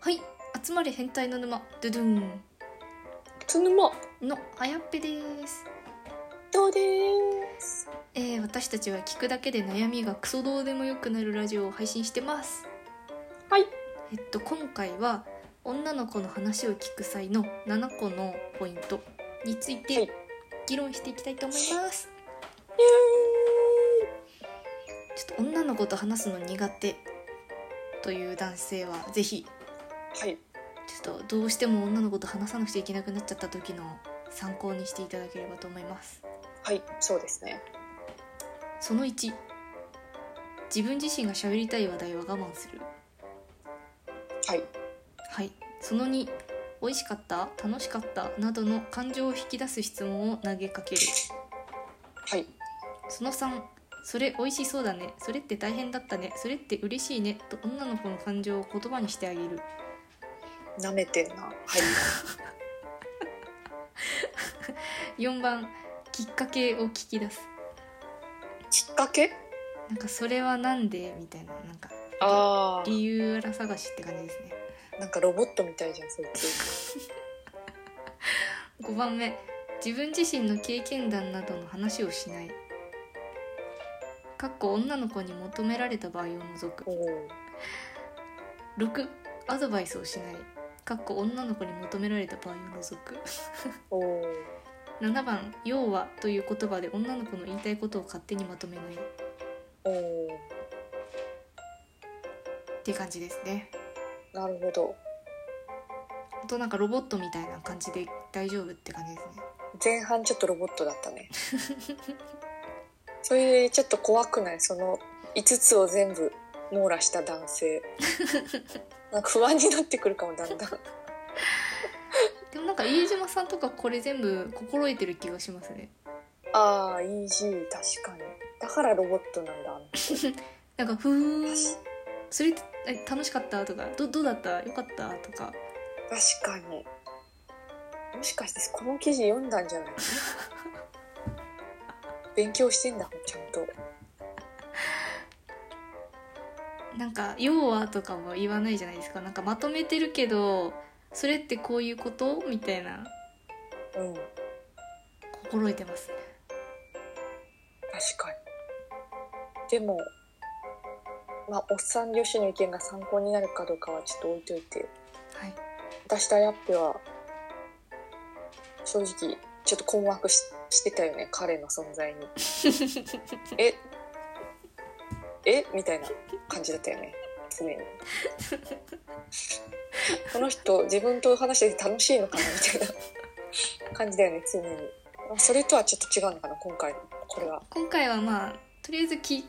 はい集まれ変態の沼ドゥドゥンつぬまのあやっぺですどうでーすえー、私たちは聞くだけで悩みがクソどうでもよくなるラジオを配信してますはいえっと今回は女の子の話を聞く際の7個のポイントについはいて議論していきたいと思いますちょっと女の子と話すの苦手という男性はぜひはいちょっとどうしても女の子と話さなくちゃいけなくなっちゃった時の参考にしていただければと思いますはいそうですねその1自分自身が喋りたい話題は我慢するはいはいその2美味しかった楽しかったなどの感情を引き出す質問を投げかけるはいその3それ美味しそうだねそれって大変だったねそれって嬉しいねと女の子の感情を言葉にしてあげるなめてんなはい4番きっかけを聞き出すきっかけなんかそれはなんでみたいななんかあ理由ら探しって感じですねーなんかロボットみたいじゃんそいつ5番目自分自身の経験談などの話をしないかっこ女の子に求められた場合を除くおお6アドバイスをしないかっこ女の子に求められた場合を除くおおー7番「要は」という言葉で女の子の言いたいことを勝手にまとめないっおおていう感じですねなるほどほんとなんかロボットみたいな感じで大丈夫って感じですね前半ちょっとロボットだった ねそれちょっと怖くないその5つを全部網羅した男 性なんか不安になってくるかもだんだんでもなんか飯島さんとかこれ全部心得てる気がしますねああ EG 確かにだからロボットなんだあの人なんか「ふーんそれえ楽しかった?」とか「どどうだったよかった?」とか確かにもしかしてこの記事読んだんじゃない勉強してんだちゃんとなんか「要は」とかも言わないじゃないですかなんかまとめてるけどそれってこういうことみたいなうん確心得てますねかにでもまあおっさん女子の意見が参考になるかどうかはちょっと置いといてはい 私とヤッペは正直ちょっと困惑ししてたよね彼の存在にええみたいな感じだったよね常にこの人自分と話してて楽しいのかなみたいな感じだよね常にそれとはちょっと違うのかな今回これは今回はまあとりあえずき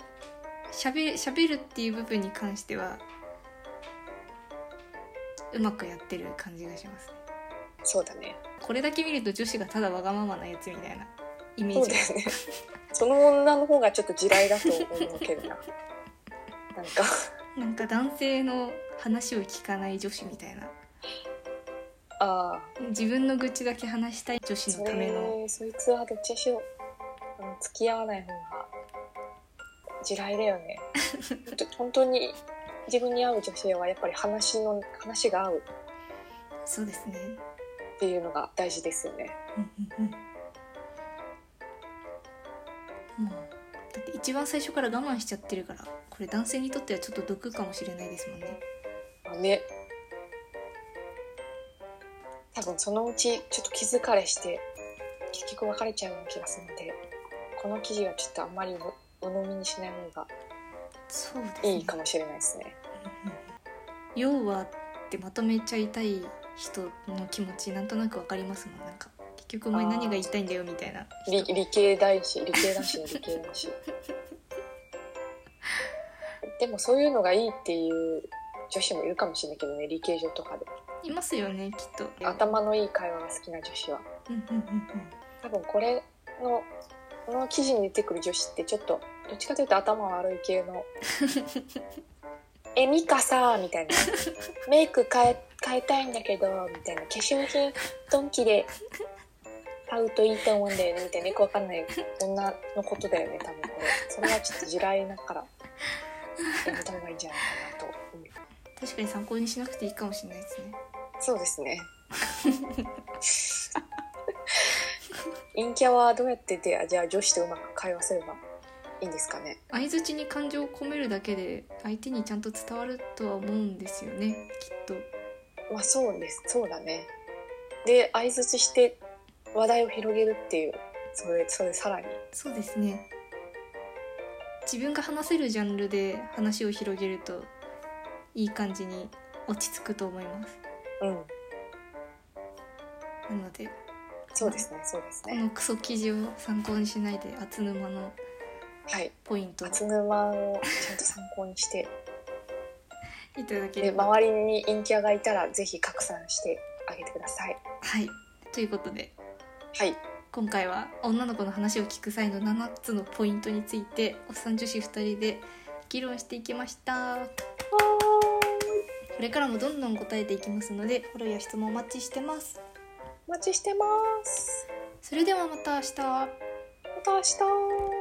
しゃべしゃべるっていう部分に関してはうまくやってる感じがしますねそうだねこれだけ見ると女子がただわがままなやつみたいなイメそーうジだよねその女の方がちょっと地雷だと思うけどななんかなんか男性の話を聞かない女子みたいなああ自分の愚痴だけ話したい女子のためのそれそいつはどっちにしろあの付き合わない方が地雷だよねほんと本当に自分に合う女性はやっぱり話の話が合うそうですねっていうのが大事ですよねうんうんうんもうだって一番最初から我慢しちゃってるからこれ男性にとってはちょっと毒かもしれないですもんねまあね多分そのうちちょっと気づかれして結局別れちゃうような気がするのでこの記事はちょっとあんまりう鵜呑みにしない方がそうですねいいかもしれないですね要はってまとめちゃいたい人の気持ちなんとなくわかりますもんなんか結局お前何が言いたいんだよみたいな理理系大師理系男子理系男子でもそういうのがいいっていう女子もいるかもしれないけどね理系女とかでいますよねきっと頭のいい会話が好きな女子はうんうんうん多分これのこの記事に出てくる女子ってちょっとどっちかというと頭悪い系の「えミカさ」みたいな「メイク変え変えたいんだけど」みたいな「化粧品ドンキで買うといいと思うんだよね」みたいなよくわかんない女のことだよね多分これそれはちょっと地雷だからやめた方がいいんじゃないかなと思います確かに参考にしなくていいかもしれないですねそうですね陰キャはどうやってでじゃあ女子とうまく会話すればいいんですかね相槌に感情を込めるだけで相手にちゃんと伝わるとは思うんですよねきっとまあそうですそうだねで相づちして話題を広げるっていうそれそれさらにそうですね自分が話せるジャンルで話を広げるといい感じに落ち着くと思いますうんなのでそうですねそうですこねのクソ記事を参考にしないで厚沼のはいポイントを勝沼をちゃんと参考にしていただけでれば周りに陰キャがいたらぜひ拡散してあげてくださいはいということではい今回は女の子の話を聞く際の7つのポイントについておっさん女子2人で議論していきましたこれからもどんどん答えていきますのでフォローや質問お待ちしてますお待ちしてますそれではまた明日また明日